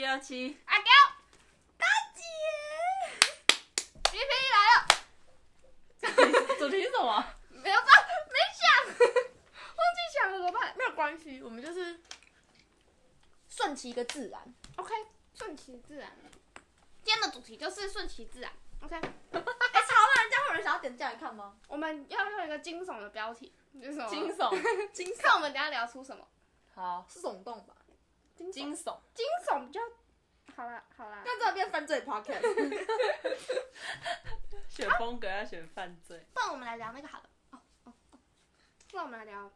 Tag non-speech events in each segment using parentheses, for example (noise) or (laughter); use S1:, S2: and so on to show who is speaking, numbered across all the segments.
S1: 幺七，
S2: 阿娇，大姐，B P 来了，
S1: (laughs) 主题是什么？
S2: 没有办，没想，忘记想了怎么办？没有关系，我们就是
S3: 顺其一个自然。
S2: OK，顺其自然。今天的主题就是顺其自然。OK，
S3: 哎、超慢，人家会有人想要点进来看吗？
S2: 我们要用一个惊悚的啊标题，就是什么？
S1: 惊悚，
S3: 惊
S2: 看我们等一下聊出什么？
S1: 好，
S3: 是耸动吧？
S2: 惊
S1: 惊悚，
S2: 惊悚比较好啦，好啦。
S3: 那这边犯罪 (laughs) podcast，
S1: 选风格要选犯罪。
S2: 不然我们来聊那个好了。哦哦哦，不然我们来聊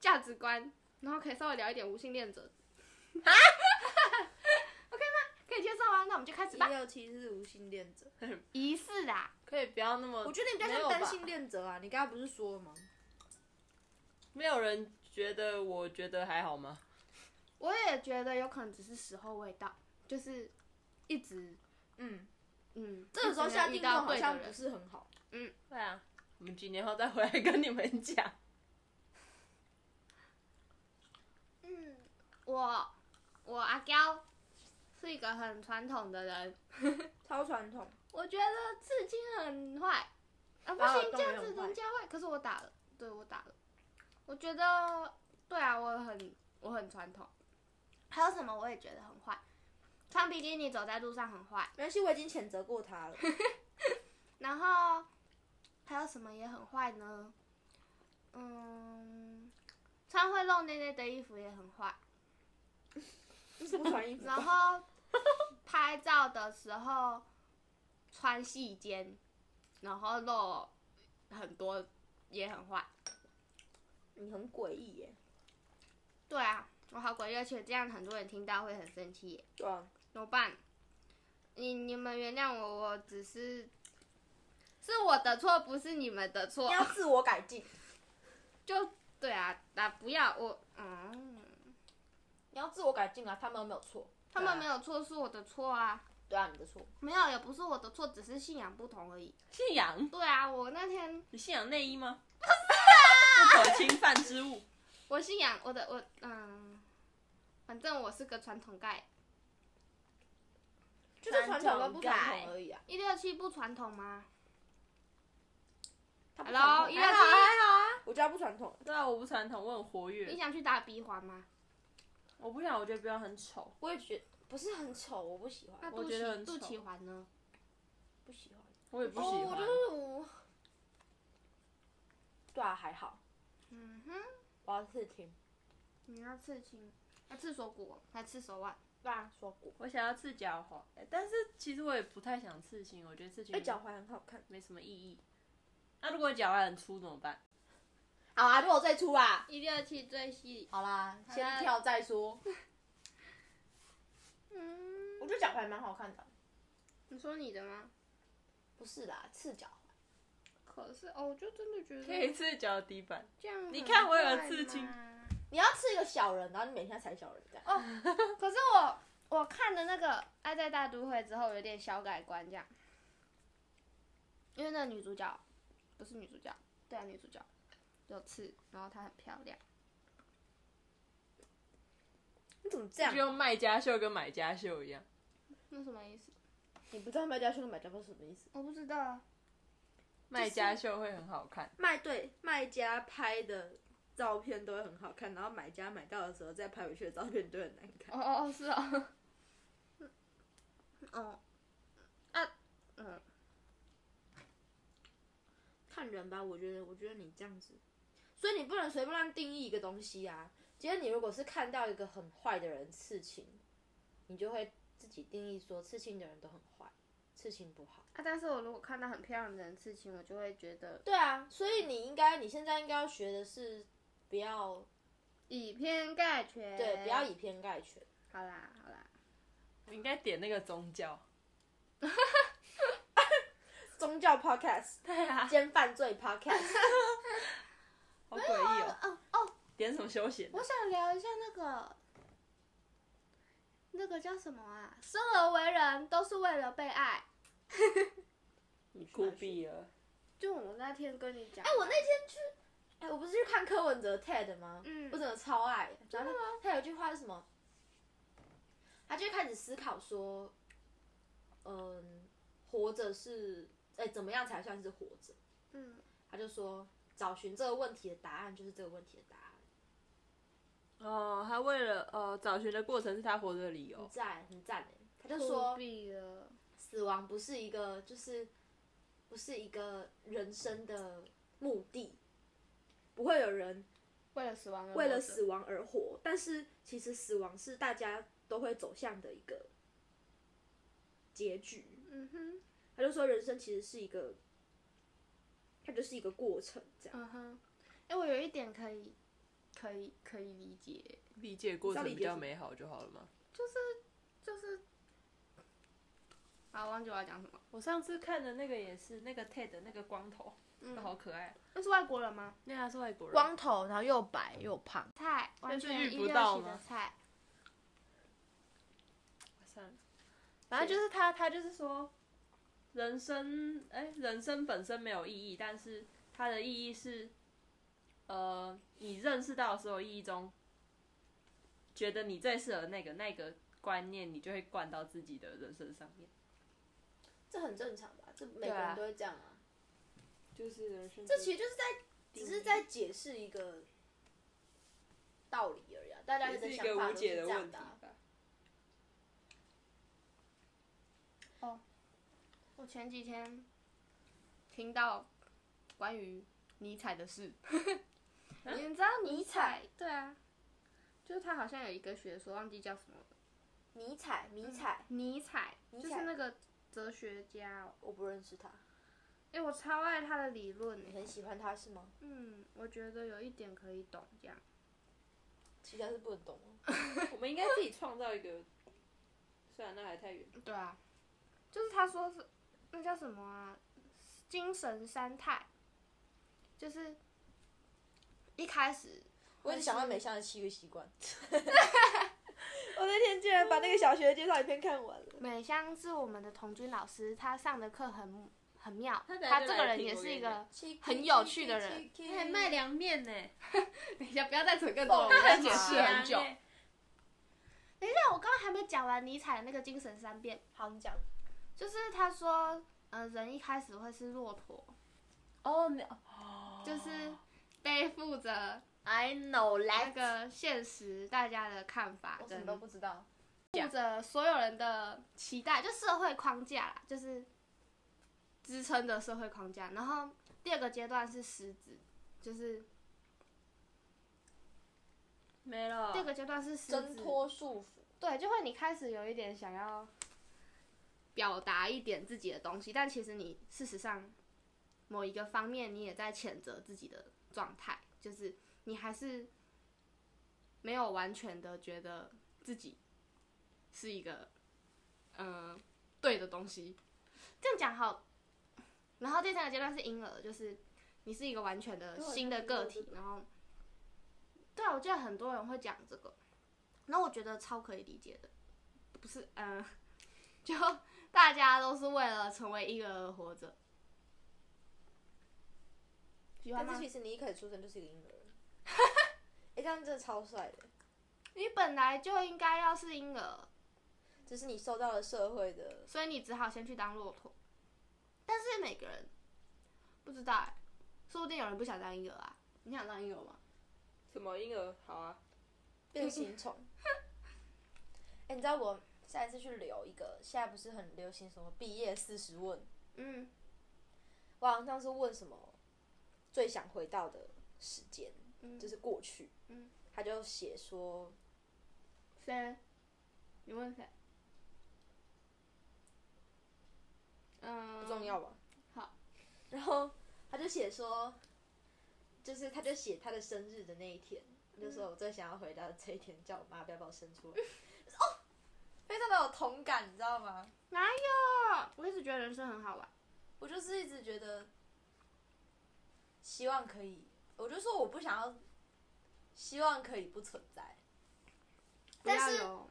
S2: 价值观，然后可以稍微聊一点无性恋者。啊 (laughs) ？OK 吗？可以接受啊，那我们就开始
S3: 一
S2: 吧。
S3: 六七是无性恋者，
S2: 疑似啊，
S1: 可以不要那
S3: 我
S1: 么，
S3: 觉得你比较
S1: 没有吧
S3: 像单性恋者啊。你刚刚不是说了吗？
S1: 没有人觉得，我觉得还好吗？
S2: 我也觉得有可能只是时候未到，就是一直
S3: 嗯，
S2: 嗯，
S3: 这个时候下
S2: 一
S3: 定
S2: 直没有遇到
S3: 论好
S2: 对
S3: 像
S2: 的
S3: 不
S2: 人。
S3: 是很好。
S1: 对啊，我们几年后再回来跟你们讲。
S2: 嗯，我我阿娇是一个很传统的人，
S3: 超传统，
S2: 我觉得刺青很坏，啊不
S3: 打耳
S2: 行，
S3: 洞
S2: 这样
S3: 也
S2: 子
S3: 很坏
S2: 人家会。可是我打了，对我打了。我觉得，对啊，我很我很传统。还有什么我也觉得很坏，穿比基尼走在路上很坏。
S3: 没关系，我已经谴责过他 (laughs) 了。
S2: 然后还有什么也很坏呢？嗯，穿会露内内的衣服也很坏。
S3: 不穿衣服吧，
S2: 然后拍照的时候穿细肩，然后露很多也很坏。
S3: 你很诡异耶。
S2: 对啊，我好诡异，而且这样很多人听到会很生气耶，
S3: 对啊，
S2: 怎么办？你你们原谅我，我只是是我的错，不是你们的
S3: 你
S2: 错。
S3: 要自我改进，
S2: 就对啊，啊不要我，嗯，
S3: 你要自我改进啊！他们又没有错，
S2: 他们没有错，是我的错啊，
S3: 对啊，你的错。
S2: 没有也不是我的错，只是信仰不同而已。
S1: 信仰，
S2: 对啊，我那天
S1: 你信仰内衣吗？不可侵犯之物。
S2: 我信仰我的我嗯，反正我是个传统盖，
S3: 就是传统跟不传统而已啊。
S2: 一六七不传统吗？
S3: 他不
S2: Hello，
S3: 传
S2: 一
S3: 统
S2: 六
S3: 还好啊
S2: 七，
S3: 我觉得他不传统，
S1: 对啊，我不传统，我很活
S2: 你
S1: 跃。
S2: 想去打鼻环吗？
S1: 我不想，我觉得不要很丑。
S3: 我也觉得不是很丑，我不喜
S2: 那
S3: 欢，
S2: 肚
S1: 我觉得
S2: 脐
S1: 很
S2: 肚
S1: 丑
S2: 脐环呢？
S3: 不喜欢。
S1: 我也不喜
S3: 哦，我
S1: 欢。
S3: 就是我，对啊，还好，
S2: 嗯哼，
S3: 我要试听。
S2: 你要刺青，要刺锁骨，还刺手腕？
S3: 对啊，说过，
S1: 我想要刺脚踝，欸但是其实我也不太想刺青，我觉得刺青
S3: 哎，脚踝很好看。
S1: 没什么意义。那如果脚踝很粗怎么办？
S3: 好啊，就我最初啊。
S2: 一六七最细，
S3: 好啦，
S2: 好啦
S3: 先跳再说。
S2: 嗯，
S3: 我觉得脚踝蛮好看的，
S2: 你说你的吗？
S3: 不是啦，赤脚。
S2: 可是哦，我就真的觉得
S1: (laughs) 可以刺脚底板。
S2: 这样很
S1: 你看我有
S2: 怪
S1: 刺青
S2: 嘛
S3: 你要吃一个小人，然后你每天踩小人这样。哦，
S2: 可是我我看了那个《爱在大都会》之后，有点小改观，这样，因为那个女主角不是女主角，对啊，女主角有刺，然后她很漂亮。
S3: 你怎么这样
S1: 就？用卖家秀跟买家秀一样。
S2: 那什么意思？
S3: 你不知道卖家秀跟买家秀什么意思？
S2: 我不知道啊。
S1: 卖家秀会很好看，
S3: 卖对卖家拍的照片都会很好看，然后买家买到的时候再拍回去的照片都很难看。
S2: 哦哦哦，是哦。哦，啊，嗯，
S3: 看人吧，我觉得，我觉得你这样子，所以你不能随便乱定义一个东西啊。今天你如果是看到一个很坏的人刺青，你就会自己定义说刺青的人都很坏，刺青不好。
S2: 啊，但是我如果看到很漂亮的人刺青，我就会觉得
S3: 对啊，所以你应该，你现在应该要学的是不要
S2: 以偏概全。
S3: 对，不要。以偏概全。
S2: 好啦，好啦。
S1: 我应该点那个宗教。
S3: 宗教 (laughs) podcast
S1: 对啊，
S3: 兼犯罪 podcast，
S1: 好诡异哦。
S2: 哦哦，
S1: 点什么休闲？
S2: 我想聊一下那个，那个叫什么啊？生而为人都是为了被爱。
S1: 你酷毙了！
S2: 就我那天跟你讲，
S3: 哎、我那天去，哎、我不是去看柯文哲 TED 吗？
S2: 嗯
S3: 我真的超爱。然后他他有一句话是什么？他就会开始思考说，嗯，活着是，哎、怎么样才算是活着？
S2: 嗯，
S3: 他就说，找寻这个问题的答案就是这个问题的答案。
S1: 哦，他为了呃找寻的过程是他活着的理由
S3: 很。赞，很赞诶。他就
S2: 作
S3: 说，
S2: 弊了，
S3: 死亡不是一个，就是不是一个人生的目的，不会有人
S2: 为了死亡而
S3: 为了
S2: 活着
S3: 死亡而活，但是其实死亡是大家都会走向的一个结局。
S2: 嗯哼，
S3: 他就说，人生其实是一个，它就是一个过程，这样。
S2: 嗯哼，哎、我有一点可以，可以，可以理解，
S1: 理解过程
S3: 你知道理
S1: 比
S3: 解
S1: 较
S3: 什么
S1: 美好就好了嘛。
S2: 就是，啊，忘记我要讲什么，
S1: 我上次看的那个也是那个 TED 那个光头，
S2: 嗯
S1: 都好可爱。
S2: 那是外国人吗？
S1: 那他是外国人，
S4: 光
S3: 哦
S4: 头，然后又白又胖，
S2: 菜，完
S1: 是
S2: 全
S1: 遇
S2: 一
S1: 不
S2: 六
S1: 到
S2: 七的
S1: 吗
S2: 菜，
S1: 算了
S4: 反正就是他，他就是
S1: 说人生，哎、人生本身没有意义，但是它的意义是，呃，你认识到的所有意义中，觉得你最适合那个那个观念，你就会灌到自己的人生上面。
S3: 这很正常吧？这每
S1: 对啊
S3: 会这样啊。嗯
S1: 就是人生，
S3: 这其实就是在，只是在解释一个道理而已啊。大家
S1: 也
S3: 的
S1: 是一
S3: 想
S1: 个
S3: 法
S1: 无
S3: 都
S1: 解的
S3: 这
S1: 问
S3: 样
S1: 题
S3: 的啊、
S1: 吧。
S2: 我前几天听到关于尼采的事， (laughs) 你知道尼采？对啊，就是他好像有一个学说，忘记叫什么了。
S3: 尼采，尼采，
S2: 尼采
S3: 尼
S2: 就
S3: 采
S2: 是那个哲学家、哦。
S3: 我不认识他。
S2: 哎、我超爱他的理论
S3: 你
S2: 欸、
S3: 很喜欢他是吗？
S2: 嗯，我觉得有一点可以懂这样。
S3: 其他是不能懂哦。
S1: 我们应该自己创造一个，虽然那还太远。
S2: 对啊，就是他说是那叫什么啊，精神三态，就是一开始
S3: 我一直想到美香的七个习惯。 (laughs) 我那天竟然把那个小学的介绍影片看完了。
S2: 美香是我们的童军老师，她上的课很很妙，
S1: 她等
S2: 她
S1: 下就
S2: 这
S1: 来
S2: 个人
S1: 听
S2: 也
S1: 我
S2: 是
S1: 跟
S2: 一
S1: 你
S2: 个
S1: 讲，
S2: 很有趣的人。
S1: 凉面呢、
S2: 等一下不要再扯更多了，我
S4: 那
S2: 要
S4: 很
S2: 解释
S4: 好
S2: 哦很
S4: 啊
S2: 久。等一下，我刚刚还没讲完尼采的那个精神三变，
S3: 好，你讲。
S2: 就是他说，呃，人一开始会是骆驼，
S1: 哦，你哦
S2: 就是
S3: 哦
S2: 背负着
S4: I know
S2: 那
S4: 来
S2: 个现实大家的看法
S3: 我什
S2: 跟
S3: 么都不知道。
S2: 负着所有人的期待，就社会框架啦，就是支撑的社会框架。然后第二个阶段是狮子，就是
S1: 没了
S2: 第二。个阶段是狮
S3: 挣
S2: 子，
S3: 脱束缚，
S2: 对，就会你开始有一点想要表达一点自己的东西，但其实你事实上某一个方面你也在谴责自己的状态，就是你还是没有完全的觉得自己是一个嗯、呃对的东西。这样讲好。然后第三个阶段是婴儿，就是你是一个完全的
S3: 对我啊
S2: 新
S3: 就
S2: 的
S3: 听过
S2: 个体
S3: 这，
S2: 然后对啊，我记得很多人会讲这个，然后我觉得超可以理解的，不是嗯、呃就大家都是为了成为婴儿而活着，喜欢
S3: 但是
S2: 吗
S3: 其？实你一开始出生就是一个 (laughs) 婴儿。哎、这样真的超帅的，
S2: 你本来就应该要是婴儿，
S3: 只是你受到了社会的，
S2: 所以你只好先去当骆驼。但是每个人不知道、欸，说不定有人不想当婴儿啊。你想当婴儿吗？
S1: 什么婴儿？好啊，
S3: 变形虫。 (laughs) 哎、你知道我下一次去留一个，现在不是很流行什么毕业四十问？
S2: 嗯，
S3: 我好像是问什么最想回到的时间，
S2: 嗯
S3: 就是过去。
S2: 嗯
S3: 他就写说，
S2: 谁？你问谁？嗯，
S3: 不重。要吧？
S2: 好。
S3: 然后他就写说，就是他就写他的生日的那一天，他就说我最想要回到这一天，叫我妈不要把我生出来。哦，非常的有同感，你知道吗？
S2: 哪有？啊我一直觉得人生很好玩。
S3: 我就是一直觉得，希望可以，我就说我不想要，希望可以不存在。
S2: 不要
S3: 但是
S2: 有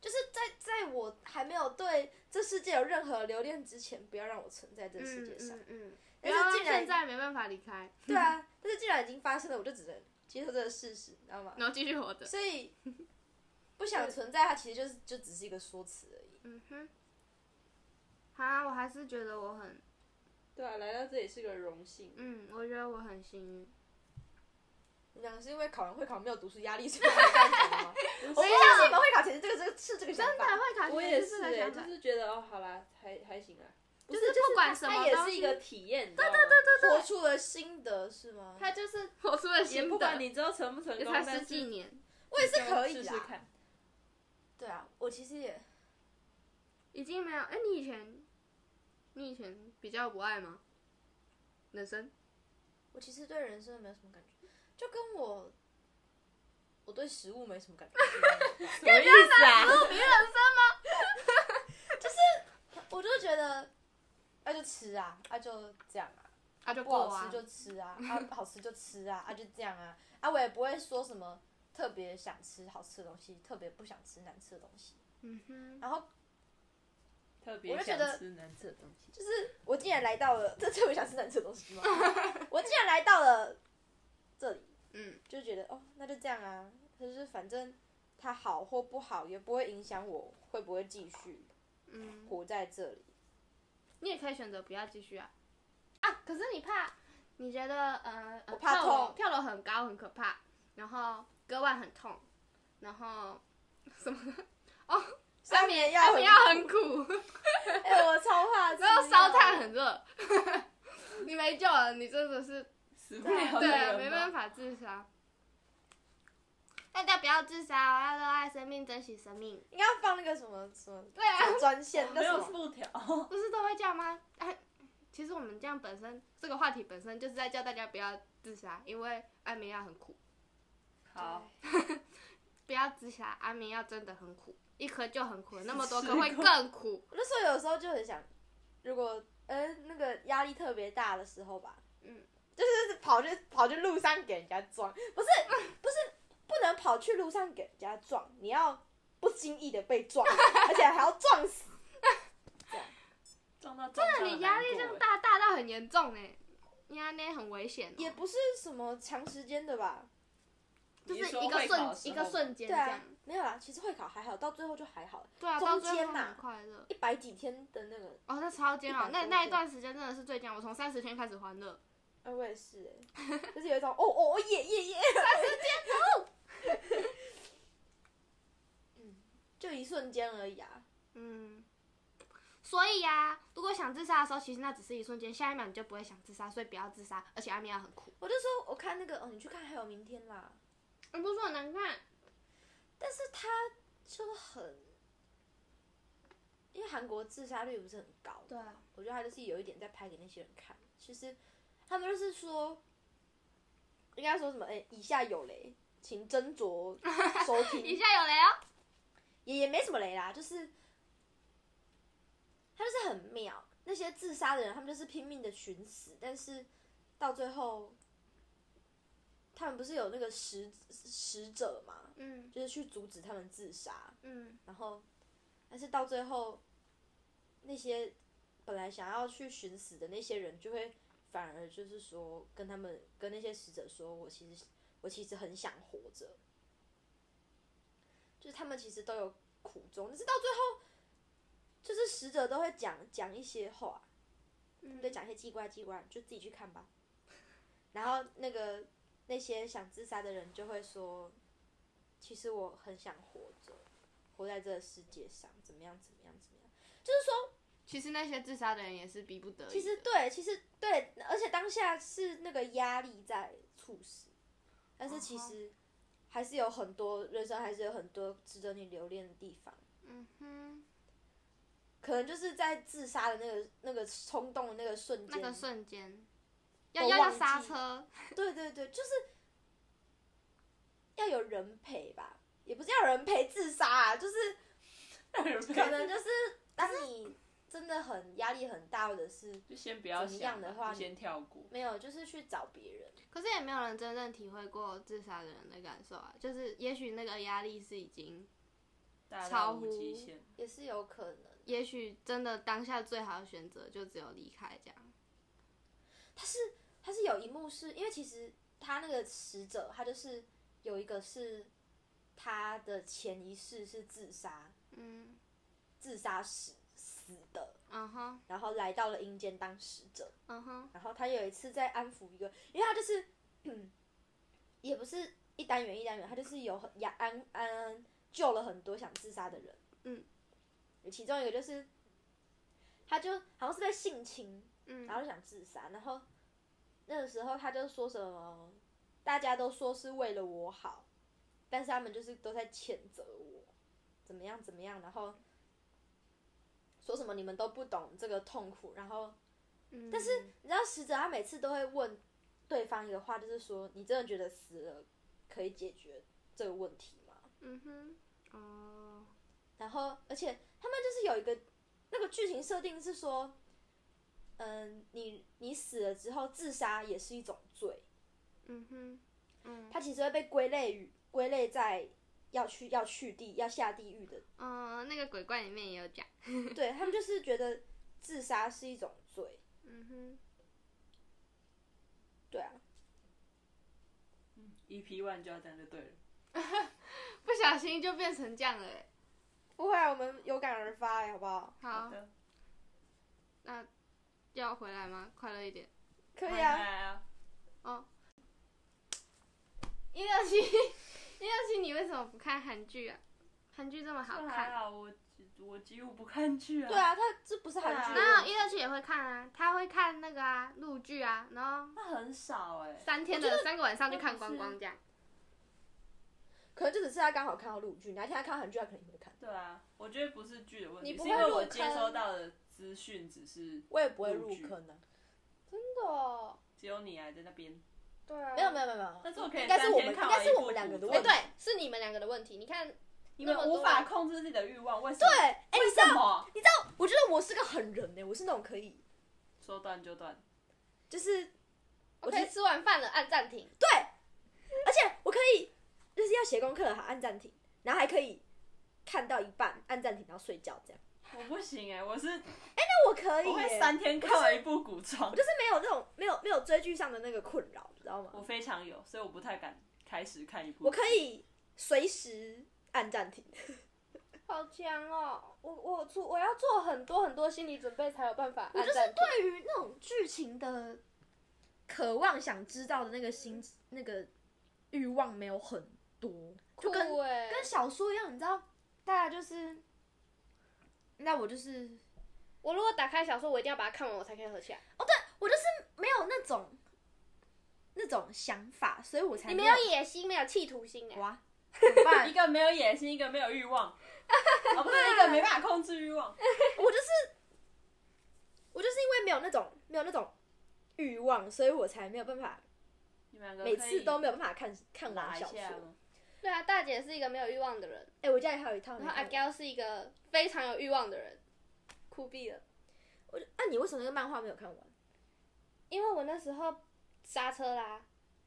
S3: 就是在在我还没有对这世界有任何留恋之前，不要让我存在这个世界上。
S2: 嗯嗯嗯，
S3: 但
S2: 然后
S3: 是竟然
S2: 现在没办法离开，
S3: 对啊， (laughs) 但是既然已经发生了，我就只能接受这个事实，你知道吗？
S2: 然后继续活着。
S3: 所以不不想存在，它其实就是就只是一个说辞而已。
S2: 嗯哼，啊，我还是觉得我很，
S1: 对啊，来到这里是个荣幸。
S2: 嗯，我觉得我很幸运。
S3: 你讲是因为考完会考没有读书压力，所以才这样想 (laughs) 的吗？我不相信你们会考前是这个这个是这个想
S2: 真的
S3: 法。
S2: 会卡，
S1: 我也
S2: 是
S1: 是
S2: 这个
S1: 哎、
S2: 想
S1: 就
S2: 法，
S1: 是觉得哦，好啦，还还行啊。不
S2: 就是不管什
S1: 它
S2: 么
S1: 也
S2: 东
S1: 是
S2: 西
S1: 一个体验，对对对
S3: 活出了心得是吗？
S2: 他就是 (laughs) 活出了
S1: 也
S2: 心
S1: 不管
S2: 得，
S1: 你知道成不成
S2: 也
S1: 功，
S2: 才
S1: 但
S2: 十几年，
S3: 我也是可以
S1: 试
S3: 的。
S1: 试 (laughs) 看。
S3: 对啊，我其实也
S2: 已经没有。哎、你以前，你以前比较不爱吗？男生？
S3: 我其实对人生没有什么感觉，就跟我我对食物没什么感觉。
S2: (laughs)
S1: 什么意思啊？
S3: 我就觉得，啊就吃啊，啊就这样啊，
S2: 啊，就
S3: 不
S2: 过
S3: 好
S2: 啊
S3: 吃就吃啊，啊好吃就吃啊，啊就这样啊，啊我也不会说什么特别想吃好吃的东西，特别不想吃难吃的东西。
S2: 嗯哼，
S3: 然后
S1: 特别
S3: 我就觉
S1: 想
S3: 得
S1: 吃难吃的东 (laughs) 西。
S3: 就是我竟然来到了，这特别想吃难吃的东
S2: (laughs)
S3: 西吗？我竟然来到了这里，
S2: 嗯，
S3: 就觉得哦，那就这样啊，可是反正它好或不好也不会影响我会不会继续
S2: 嗯，
S3: 活在这里。
S2: 你也可以选择不要继续啊。啊，可是你怕，你觉得呃，呃
S3: 我怕
S2: 跳楼
S3: 痛
S2: 跳楼很高很可怕，然后割腕很痛，然后什么的哦，
S3: 三年要
S2: 三
S3: 哎很
S2: 年啊要很
S3: (laughs)
S2: 苦，
S3: 哎、我超怕吃药，啊
S2: 然后烧炭很热， (laughs) 你没救了，你真的
S3: (laughs)
S2: 是
S1: 死不了的
S2: 对，啊
S1: 人
S2: 没
S1: 吗
S2: 办法自杀。大家不要自杀哦，要热爱生命，珍惜生命。
S3: 应该要放那个什么什
S2: (laughs)
S3: 么
S2: 对啊，
S3: 专线，那
S1: 没
S3: 什
S1: 有
S3: 么
S1: 布条， (laughs)
S2: 不是都会这样吗？哎，其实我们这样本身这个话题本身就是在叫大家不要自杀，因为安眠药很苦，
S1: 好，
S2: 不要自杀，安眠药真的很苦，一颗就很 (laughs) 苦了，那么多
S1: 吃
S2: 颗
S1: 过
S2: 会更苦。
S3: 我那时候有时候就很想，如果呃那个压力特别大的时候吧，
S2: 嗯，
S3: 就是跑去跑去路上给人家撞，不是不是不能跑去路上给人家撞，你要不经意的被 (laughs) 撞，而且还要撞死。
S1: 撞到真
S2: 那你压力这样，大大到很严重哎，压力很危险哦、
S3: 也不是什么长时间的吧？
S2: 就
S1: 你是
S2: 是
S1: 说
S2: 一个
S1: 会考的
S2: 瞬
S1: 时
S2: 一
S1: 候
S2: 个
S1: 吗
S2: 瞬间
S3: 对
S2: 这
S3: 啊
S2: 样。，
S3: 没有啦，其实会考还好，到最后就还好，
S2: 对啊，
S3: 中
S2: 到最
S3: 间
S2: 后
S3: 呐
S2: 很快乐。
S3: 一百几天的那个，
S2: 哦，那超煎熬，那
S3: 100
S2: 那一段时间真的是最煎熬。我从三十天开始欢乐，
S3: 哎、我也是哎、就是有一种哦哦哦耶耶耶，哦 (laughs) 嗯，就一瞬间而已啊。
S2: 嗯。所以呀、如果想自杀的时候，其实那只是一瞬间，下一秒你就不会想自杀，所以不要自杀。而且安眠药很苦，
S3: 我就说，我看那个，哦，你去看还有明天啦，
S2: 你不是说很难看？
S3: 但是他就很，因为韩国自杀率不是很高，
S2: 对，啊
S3: 我觉得他就是有一点在拍给那些人看，其实他们就是说，应该说什么，哎、以下有雷，请斟酌收
S2: (laughs)
S3: 听，
S2: 以下有雷哦。
S3: 也也没什么雷啦，就是他就是很妙。那些自杀的人，他们就是拼命的寻死，但是到最后，他们不是有那个使使者嘛，
S2: 嗯
S3: 就是去阻止他们自杀，
S2: 嗯
S3: 然后但是到最后，那些本来想要去寻死的那些人，就会反而就是说跟他们跟那些使者说，我其实我其实很想活着，就是他们其实都有苦衷，但是到最后，就是使者都会讲讲一些话，他们
S2: 嗯
S3: 就讲一些叽呱叽呱，就自己去看吧。然后那个那些想自杀的人就会说，其实我很想活着，活在这个世界上，怎么样怎么样怎么样。
S2: 其实那些自杀的人也是逼不得已的。
S3: 其实对，其实对，而且当下是那个压力在促使，但是其
S2: 嗯哼
S3: 实还是有很多人生，还是有很多值得你留恋的地方。
S2: 嗯哼，
S3: 可能就是在自杀的那个那个冲动的那个瞬
S2: 那
S3: 间，
S2: 个瞬间，要
S3: 都
S2: 要要
S3: 忘记
S2: 刹车。
S3: 对对对，就是要有人陪吧，也不是要有人陪自杀啊，就是
S1: (laughs)
S3: 可能就是当你真的很压力很大，或者是
S1: 就先不要
S3: 怎么样
S1: 想
S3: 的
S1: 了
S3: 话
S1: 就先跳过。
S3: 没有，就是去找别人。
S2: 可是也没有人真正体会过自杀的人的感受啊，就是也许那个压力是已经，
S1: 大到
S2: 超
S1: 无
S2: 乎
S1: 极限，
S3: 也是有可能。
S2: 也许真的当下最好的选择就只有离开这样。
S3: 他是他是有一幕是因为其实他那个使者，他就是有一个是，他的前一世是自杀，
S2: 嗯，
S3: 自杀死死的，
S2: 嗯哼，
S3: 然后来到了阴间当使者。
S2: 嗯哼，
S3: 然后他有一次在安抚一个，因为他就是， (clears throat) 也不是一单元一单元，他就是有很也安安救了很多想自杀的人，
S2: 嗯，
S3: 其中一个就是，他就好像是被性侵，
S2: 嗯
S3: 然后就想自杀，然后那个时候他就说什么，大家都说是为了我好，但是他们就是都在谴责我，怎么样怎么样，然后说什么你们都不懂这个痛苦，然后。
S2: 嗯
S3: 但是你知道使者他每次都会问对方一个话，就是说你真的觉得死了可以解决这个问题吗？
S2: 嗯哼，哦，
S3: 然后而且他们就是有一个那个剧情设定是说，嗯，你你死了之后自杀也是一种罪，
S2: 嗯哼，嗯，
S3: 它其实会被归类于归类在要去要去地要下地狱的
S2: 嗯，那个鬼怪里面也有讲，
S3: 对他们就是觉得自杀是一种罪，
S2: 嗯哼，
S3: 对啊，
S1: EP one 就要这样就对了。
S2: 不小心就变成这样了欸，
S3: 不会啊，我们有感而发、欸，好不好？
S2: 好，
S1: 的，
S2: 那要回来吗？快乐一点，
S3: 可
S1: (laughs)
S3: 以
S1: 欢迎
S3: 啊，
S1: 来啊，
S2: 一六七，一六七，你为什么不看韩剧啊？韩剧这么好
S1: 不
S2: 看
S3: 啊
S1: 还，好，啊我我几乎不看剧啊。
S3: 对，啊，他这不是韩剧的问题，
S2: 那一六七也会看啊，他会看那个啊，陆剧啊，然后
S1: 那很少哎、
S2: 三天的三个晚上就看光光这样。
S3: 可能就只是他刚好看到陆剧，哪天他看到韩剧，他肯定会看。
S1: 对啊，我觉得不是剧的问
S3: 你
S1: 题，
S3: 不
S1: 是
S3: 会
S1: 因为我
S3: 入
S1: 接
S3: 坑
S1: 收到的资讯只是
S3: 我也不会入
S1: 陆剧
S3: 坑啊的、真的、哦？
S1: 只有你还在那边。
S2: 对啊
S3: 没有没有没有没有，
S1: 但是我可以
S3: 应该是
S1: 三
S3: 我
S1: 天
S3: 们，应
S1: 看完
S3: 该
S1: 一
S3: 是
S1: 部
S3: 我们两个的
S1: 古
S3: 问
S1: 装
S3: 题。
S2: 对，是你们两个的问题。你看，
S1: 你
S2: 那
S1: 们
S2: 么多
S1: 无法
S2: 人
S1: 控制自己的欲望，为什么？
S3: 对，哎、
S1: 为
S3: 你知道
S1: 什，么？
S3: 你知道，我觉得我是个狠人呢、欸我是那种可以，
S1: 说断就断，
S3: 就是
S2: 我
S3: 觉得
S2: k 吃完饭了，按暂停。
S3: 对，而且我可以，就是要写功课好按暂停，然后还可以看到一半按暂停，然后睡觉这样。
S1: 我不行哎、我是
S3: 那我可以、
S1: 我会
S3: 欸，
S1: 三天看完一部古装
S3: 我，就是没有那种没有没有追剧上的那个困扰，你知道
S1: 我
S3: 吗？
S1: 非常有，所以我不太敢开始看一部。
S3: 我可以随时按暂停。
S2: 好强哦！
S3: 我我出
S2: 我要做很多很多心理准备才有办法
S3: 我
S2: 按
S3: 就是
S2: 暂停。
S3: 对于那种剧情的渴望、想知道的那个心、那个欲望没有很多，就跟
S2: 酷欸
S3: 跟小说一样，你知道，大家就是，那我就是
S2: 我如果打开小说，我一定要把它看完，我才可以合起来。
S3: 我就是没有那种那种想法，所以我才
S2: 你没
S3: 没
S2: 有野心，没有企图心哎。
S3: 哇，怎么办
S1: 一个没有野心，一个没有欲
S3: (laughs)
S1: 望，哦，不是一个没办法控制欲望。
S3: 我就是我就是因为没有那种没有那种欲望，所以我才没有办法
S1: 你们两个
S3: 每
S1: 可
S3: 次
S1: 以
S3: 都没有办法看看
S1: 打
S3: 完
S1: 一
S3: 小说。
S1: 下
S3: 哎、
S1: 吗？
S2: 对啊，大姐是一个没有欲望的人，
S3: 我家里还有一套没
S2: 然
S3: 看
S2: 后啊
S3: 完，
S2: 阿娇是一个非常有欲望的人，酷毙了。
S3: 我就啊那、你为什么那个漫画没有看完？
S2: 因为我那时候刹车啦，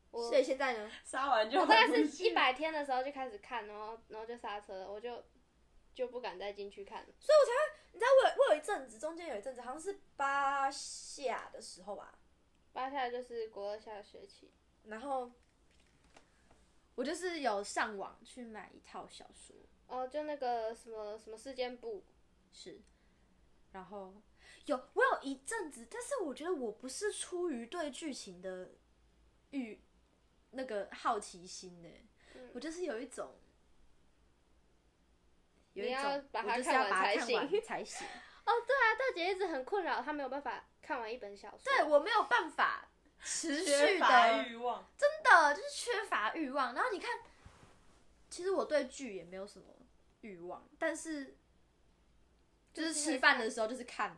S2: 我
S3: 所以现在呢？
S1: 杀完就
S2: 我大概
S1: 回不
S2: 是
S1: 去
S2: 一百天的时候就开始看，然后然后就刹车了，我就就不敢再进去看了。
S3: 你知道我有我有一阵子，中间有一阵子好像是八下的时候吧，
S2: 八下就是国二下学期，
S3: 然后我就是有上网去买一套小说，
S2: 哦，就那个什么什么事件簿，
S3: 是，然后有我有一阵子，但是我觉得我不是出于对剧情的欲那个好奇心呢、
S2: 嗯
S3: 我就是有一种。有
S2: 你
S3: 一
S2: 要
S3: 种，
S2: 把它
S3: 我就是
S2: 看
S3: 要
S2: 完
S3: 把它
S2: 才
S3: 看
S2: (laughs)
S3: 完才行。
S2: 啊大大姐一直很困扰，她没有办法看完一本小说。
S3: 对我没有办法持续
S1: 缺
S3: 的
S1: 乏欲望，
S3: 真的就是缺乏欲望。然后你看，其实我对剧也没有什么欲望，但是就是吃饭的时候就是看嘛、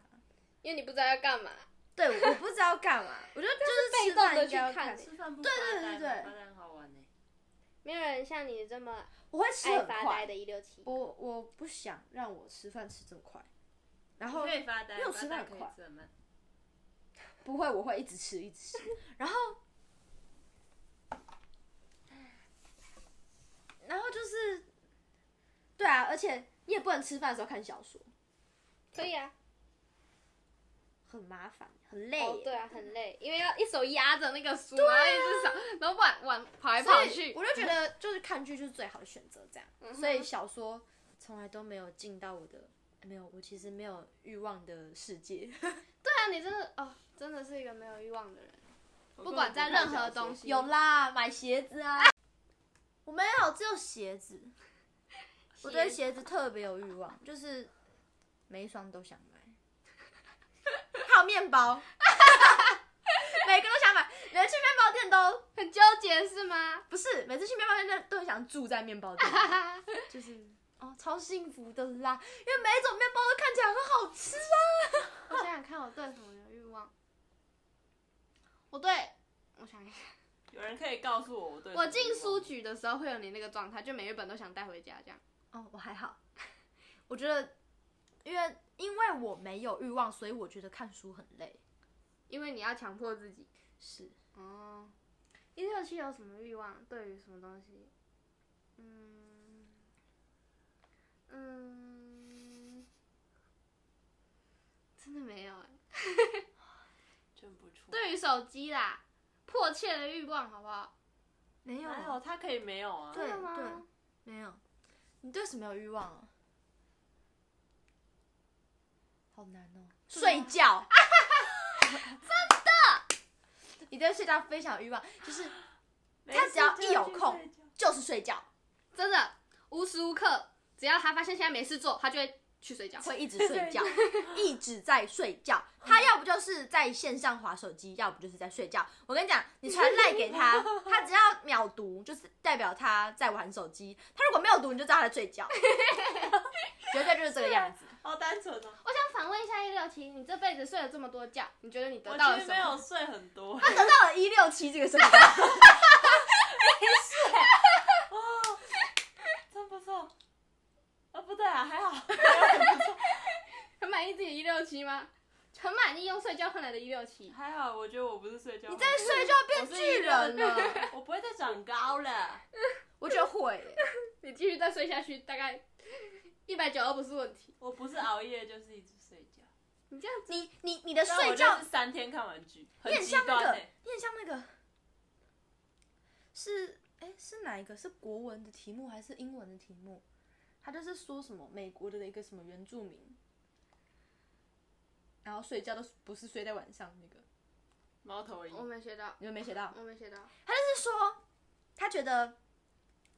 S2: 因为你不知道要干嘛。
S3: 对，我不知道干嘛，我觉得就是
S2: 被
S3: 吃
S2: 动
S3: 饭
S2: 地
S3: 应该要
S2: 去看
S3: 看。
S2: 欸
S1: 吃饭不对对
S3: 对对
S1: 发呆好玩呢、欸
S2: 没有人像你这么
S3: 我会吃
S2: 爱
S3: 很
S2: 发呆
S3: 快，
S2: 的一六七，
S3: 我我不想让我吃饭吃这么快，然
S1: 你
S3: 后
S1: 可以发呆，
S3: 没有
S1: 发
S3: 吃
S1: 呆
S3: 饭
S1: 可以
S3: 很快
S1: 吃很慢。
S3: 不会，我会一直吃一直吃，然后。然后就是，对啊，而且你也不能吃饭的时候看小说，
S2: 可以啊。
S3: 很麻烦，很累耶、
S2: 哦，对啊，很累，啊因为要一手压着那个书，然后一只手，然后往往跑来跑
S3: 所以
S2: 去。
S3: 我就觉得就是看剧就是最好的选择，这样。
S2: 嗯哼
S3: 所以小说从来都没有进到我的，没有，我其实没有欲望的世
S2: (laughs)
S3: 界。
S2: 对啊，你真的哦，真的是一个没有欲望的人。
S1: 不
S2: 管在任何东西
S3: 有啦，买鞋子啊，我没有，只有鞋子。我对鞋子特别有欲望，就是每一双都想买。 (laughs) 还有面包， (laughs) 每个都想买，每次去面包店都
S2: 很纠结是吗？ (laughs)
S3: 不是，每次去面包店都都很想住在面包店。
S2: 哈哈，
S3: 就是哦，超幸福的啦，因为每一种面包都看起来很好吃啊。
S2: 我想想看，我对什么有欲望？我对，我想一下，
S1: 有人可以告诉我，我对
S2: 我进书局的时候会有你那个状态，就每一本都想带回家这样。
S3: 哦，我还好， (laughs) 我觉得，因为因为我没有欲望，所以我觉得看书很累。
S2: 因为你要强迫自己。
S3: 是，
S2: 哦，一六七有什么欲望？对于什么东西？嗯嗯，真的没有哎、
S1: 真不错。
S2: 对于手机啦，迫切的欲望好不好？
S3: 没有，
S1: 哪有他可以没有啊？
S3: 嗯对
S2: 真的吗？
S3: 对没有。你对什么有欲望啊？好难哦，睡觉。 (laughs) 真的，你 (laughs) 对睡觉非常有欲望，就是
S1: 没事
S3: 他只要一有
S1: 就去
S3: 空
S1: 睡觉
S3: 就是睡觉，
S2: 真的无时无刻，只要他发现现在没事做，他就会去睡觉。
S3: 会一直睡觉， (laughs) 一直在睡觉。他要不就是在线上划手机，要不就是在睡觉。我跟你讲，你传赖给他，他只要秒读，就是代表他在玩手机。他如果没有读，你就知道他在睡觉，绝对就是这个样子。
S1: 好单纯哦。
S2: 我想反问一下一六七，你这辈子睡了这么多觉，你觉得你得
S1: 我
S2: 到
S1: 其
S2: 了
S1: 实
S2: 什
S1: 没有
S2: 么？
S1: 睡很
S3: (laughs)
S1: 多，
S3: 他得到了一六七这个身 (laughs) 份，
S1: 真不错。啊，不对啊，还好。 (laughs)
S2: 很满意自己的一六七吗？很满意用睡觉换来的一六七。
S1: 还好，我觉得我不是睡觉。你
S3: 在睡觉变巨人了。
S1: 我不会再长高了。
S3: 我觉得会耶、
S2: 你继续再睡下去，大概一百九二不是问题。
S1: 我不是熬夜，就是一直睡觉。
S2: 你这样子，
S3: 你你你的
S1: 但我
S3: 睡
S1: 就
S3: 觉
S1: 是三天看完剧，很
S3: 你很
S1: 极
S3: 像那
S1: 端
S3: 个，
S1: 欸
S3: 你很像那个，是哎、是哪一个？是国文的题目还是英文的题目？他就是说什么美国的一个什么原住民，然后睡觉都不是睡在晚上那个，
S1: 猫头鹰
S2: 我。没学到，
S3: 你们没写到？
S2: 我没学到。
S3: 他就是说，他觉得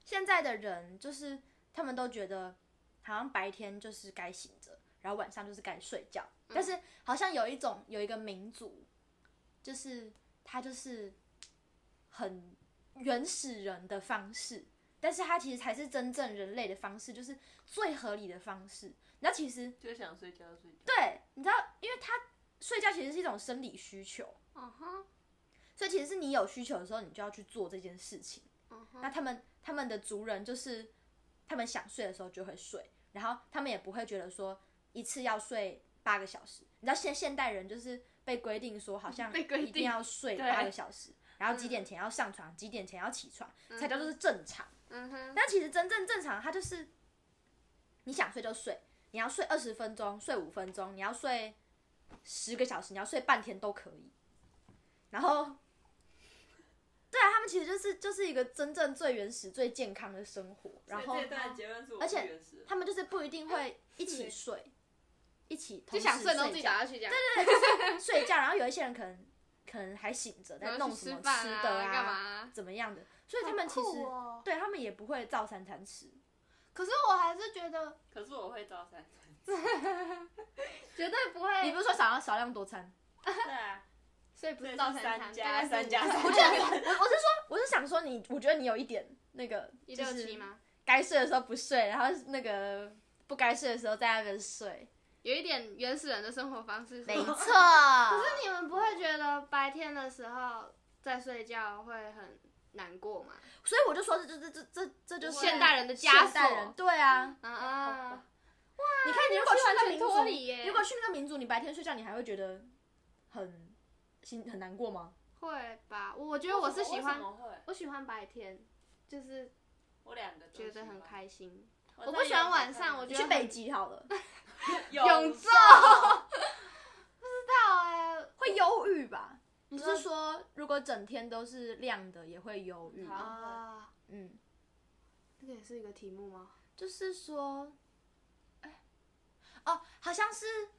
S3: 现在的人就是他们都觉得，好像白天就是该醒着，然后晚上就是该睡觉。但是好像有一种有一个民族，就是他就是很原始人的方式，但是他其实才是真正人类的方式，就是最合理的方式。那其实
S1: 就想睡觉就睡觉。
S3: 对，你知道，因为他睡觉其实是一种生理需求，
S2: 嗯哼，
S3: 所以其实是你有需求的时候，你就要去做这件事情。
S2: 嗯
S3: 那
S2: 哼，
S3: 他们他们的族人就是他们想睡的时候就会睡，然后他们也不会觉得说一次要睡八个小时。你知道现现代人就是被规定说好像
S2: 被规定
S3: 一定要睡
S1: 对
S3: 八个小时，然后几点前要上床，几点前要起床，才叫做是正常。
S2: 嗯哼，
S3: 但其实真正正常，它就是你想睡就睡，你要睡二十分钟，睡五分钟，你要睡十个小时，你要睡半天都可以。然后，对啊，他们其实就是就是一个真正最原始、最健康的生活。然后
S1: 所以这一段的结论是我
S3: 而且
S1: 不原始的
S3: 他们就是不一定会一起睡，一起
S2: 就
S3: 同时
S2: 想睡，
S3: 睡
S2: 然后自己
S3: 觉
S2: 打下去这样，
S3: 睡觉。然后有一些人可能可能还醒着，在
S2: 然后
S3: 弄
S2: 去
S3: 什
S2: 吃
S3: 么
S2: 饭
S3: 吃的
S2: 啊，干嘛
S3: 啊，
S2: 啊？
S3: 怎么样的。所以他们其
S2: 好
S3: 实、
S2: 酷哦
S3: 对他们也不会照三餐吃。
S2: 可是我还是觉得
S1: 可是我会照三
S3: (laughs)
S1: 餐。
S2: 绝对不会，
S3: 你不是说少量少量多餐？
S1: 对啊，
S2: 所以不
S1: 这
S2: 是
S1: 是
S2: 照三
S1: 三
S2: 餐，
S1: 加
S2: 大概是
S1: 三加三。
S3: 我觉得你，我我是说，我是想说你，我觉得你有一点那个，
S2: 一
S3: 就
S2: 六
S3: 是
S2: 七吗？
S3: 该睡的时候不睡，然后那个不该睡的时候在那边睡。
S2: 有一点原始人的生活方式是吗。 (laughs)
S3: 错。
S2: 可是你们不会觉得白天的时候在睡觉会很难过吗？
S3: 所以我就说这这这这这就是
S1: 现
S2: 代人的枷锁
S3: 现代人对啊，
S2: 啊，
S3: 你看你如果去那个民
S2: 完全脱离
S3: 族，
S2: 耶
S3: 如果去那个民族，你白天睡觉，你还会觉得很心很难过吗？
S2: 会吧？我觉得我是喜
S1: 为什
S2: 欢，
S1: 么会？
S2: 我喜欢白天，就是
S1: 我两个都
S2: 觉得
S1: 喜
S2: 很
S1: 欢。
S2: 开心。
S1: 我
S2: 我不喜欢
S3: (laughs)
S2: 晚上我
S3: 你
S2: 觉
S3: 去
S2: 得
S3: 北极好了，
S1: 永
S2: 宙
S1: 昼。
S2: 对啊，
S3: 吧？
S1: 嗯
S3: 你是说如果整天都是亮的，也会忧郁？
S5: 好
S2: 啊，
S3: 嗯，
S2: 这个也是一个题目吗？
S3: 就是说，哎，哦，好像是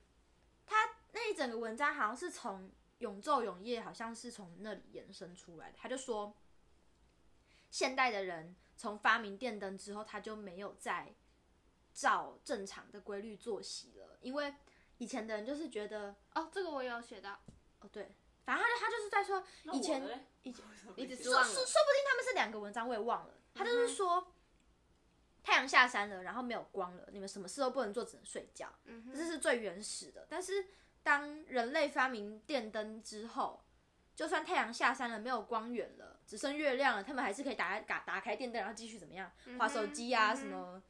S3: 他那一整个文章，好像是从《永昼永夜》，好像是从那里延伸出来的。他就说，现代的人从发明电灯之后，他就没有再照正常的规律作息了，因为以前的人就是觉得，
S2: 哦，这个我有写到，
S3: 哦，对，反正他就他就是在说，
S1: 那
S3: 以
S1: 我
S3: 前
S1: 的嘞
S3: 以前
S1: 一
S2: 直
S3: 说说说不定他们是两个文章，我也忘了。
S2: 嗯
S3: 他就是说，太阳下山了，然后没有光了，你们什么事都不能做，只能睡觉。
S2: 嗯
S3: 这是最原始的。但是当人类发明电灯之后，就算太阳下山了，没有光源了，只剩月亮了，他们还是可以打开打打开电灯，然后继续怎么样，划手机啊、
S2: 嗯哼
S3: 什么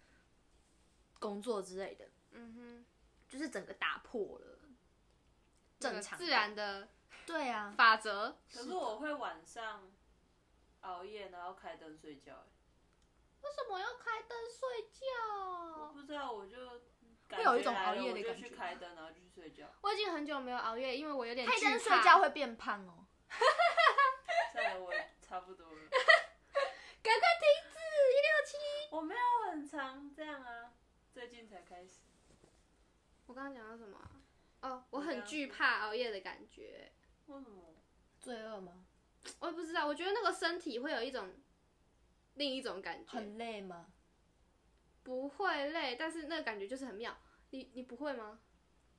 S3: 工作之类的，
S2: 嗯哼，
S3: 就是整个打破了
S2: 这
S3: 正
S2: 个
S3: 常的
S2: 自然的
S3: 对啊，
S2: 法则。
S1: 可是我会晚上熬夜，然后开灯睡觉、欸
S2: 为什么要开灯睡
S1: 我
S2: 觉？
S1: 不知道，我就会
S3: 有一种熬夜的
S1: 就
S3: 感觉
S1: 去开灯，然后就去睡觉。
S2: 我已经很久没有熬夜，因为我有点
S3: 开灯
S2: 惧怕
S3: 睡觉会变胖哦。
S1: 算了，我差不多了。
S3: 赶快停止一
S1: 我没有很常这样啊，最近才开始。
S2: 我刚刚讲到什么啊、哦，我很惧怕熬夜的感觉，
S1: 为什么？
S3: 六七，罪恶吗？
S2: 我也不知道，我觉得那个身体会有一种另一种感觉，
S3: 很累吗？
S2: 不会累，但是那个感觉就是很妙。你你不会吗？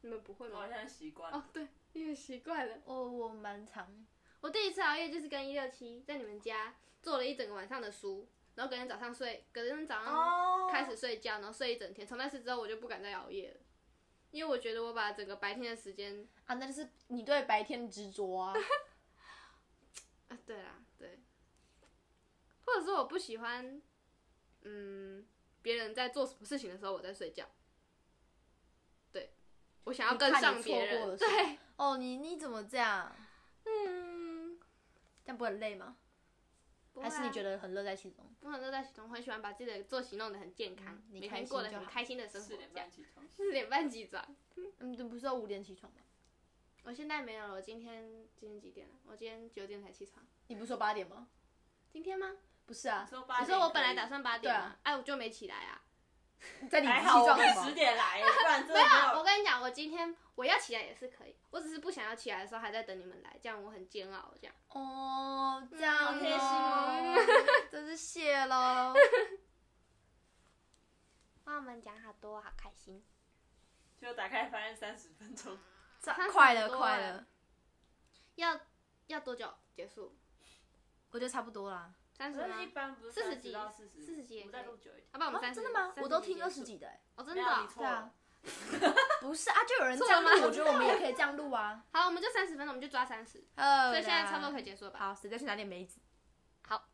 S2: 你们不会
S1: 我好
S2: 吗？
S1: 像习惯了
S2: 哦，对，你很习惯了。
S6: 哦
S3: 我我蛮常
S2: 我第一次熬夜就是跟一六七在你们家做了一整个晚上的书，然后隔天早上睡，隔天早上
S3: 哦
S2: 开始睡觉，然后睡一整天。从那次之后，我就不敢再熬夜了，因为我觉得我把整个白天的时间
S6: 啊，那就是你对白天的执着 (laughs) 啊。
S2: 啊，对啦，对，或者说我不喜欢，嗯，别人在做什么事情的时候我在睡觉，对我想要跟上别
S6: 你怕你
S2: 人，
S6: 错过了
S2: 对，
S6: 哦，你你怎么这样？
S2: 嗯，
S6: 这样不会很累吗？还是你觉
S2: 得？
S6: 得很乐在其中？
S2: 我很乐在其中，很喜欢把自己的作息弄得很健康，
S6: 你
S2: 每
S6: 开
S2: 天
S6: 心
S2: 过得
S6: 就
S2: 很
S6: 好
S2: 嗯开心的生活。
S1: 四点
S2: 这样
S1: 半起床，
S2: 四点半起床，
S6: 嗯，你不是要五点起床吗？
S2: 我现在没有了。我今天今天几点了？我今天九点才起床。
S6: 你不是说八点吗？
S2: 今天吗？
S6: 不是啊
S1: 你，说八
S2: 你
S1: 点可以？
S2: 说我本来打算八点
S6: 对
S2: 嘛
S6: 啊，
S2: 哎、我就没起来啊。
S6: 在你
S1: 还
S6: 起
S1: 好，我
S6: 床
S1: 们
S6: 干
S1: 十
S6: 嘛？
S1: 点来，不然真的
S2: 啊，
S1: 没
S2: 我
S1: 有。
S2: 跟你讲，我今天我要起来也是可以，我只是不想要起来的时候还在等你们来，这样我很煎熬。这样，
S6: 哦，这样
S2: 好贴心
S6: 哦， (laughs) 真是谢喽。
S2: 哇，我们讲好多，好开心。
S1: 就打开发现三十分钟，
S6: 这 (laughs)
S2: 差
S6: 快
S2: 很
S6: 了
S2: 多
S6: 快
S2: 欸
S6: 了，
S2: 要要多久结束？
S3: 我觉得差不多啦。
S2: 三十
S1: 可是一
S2: 吗？
S1: 般不是
S2: 40
S1: 30到四十，
S2: 40也
S1: 我们再
S2: 可以
S1: 录久一点。
S2: 好吧，我们
S6: 啊
S2: 三十、
S6: 真的吗？
S2: 30
S6: 我都听
S2: 结束
S6: 二十几的欸，
S2: 哦，真
S1: 没
S2: 的
S1: 有
S2: 哦、
S1: 你错
S6: 对啊
S1: 了，。
S6: 不是啊，就有人这
S2: (laughs)
S6: 样录
S2: 错了，吗
S6: 我觉得我们也可以这样录 (laughs) 啊。
S2: 好，我们就三十分钟，我们就抓三十，
S6: 呃，
S2: 所以现在差不多可
S6: 以。
S2: 以结束了吧？
S6: 好，谁再去拿点梅子？
S2: 好，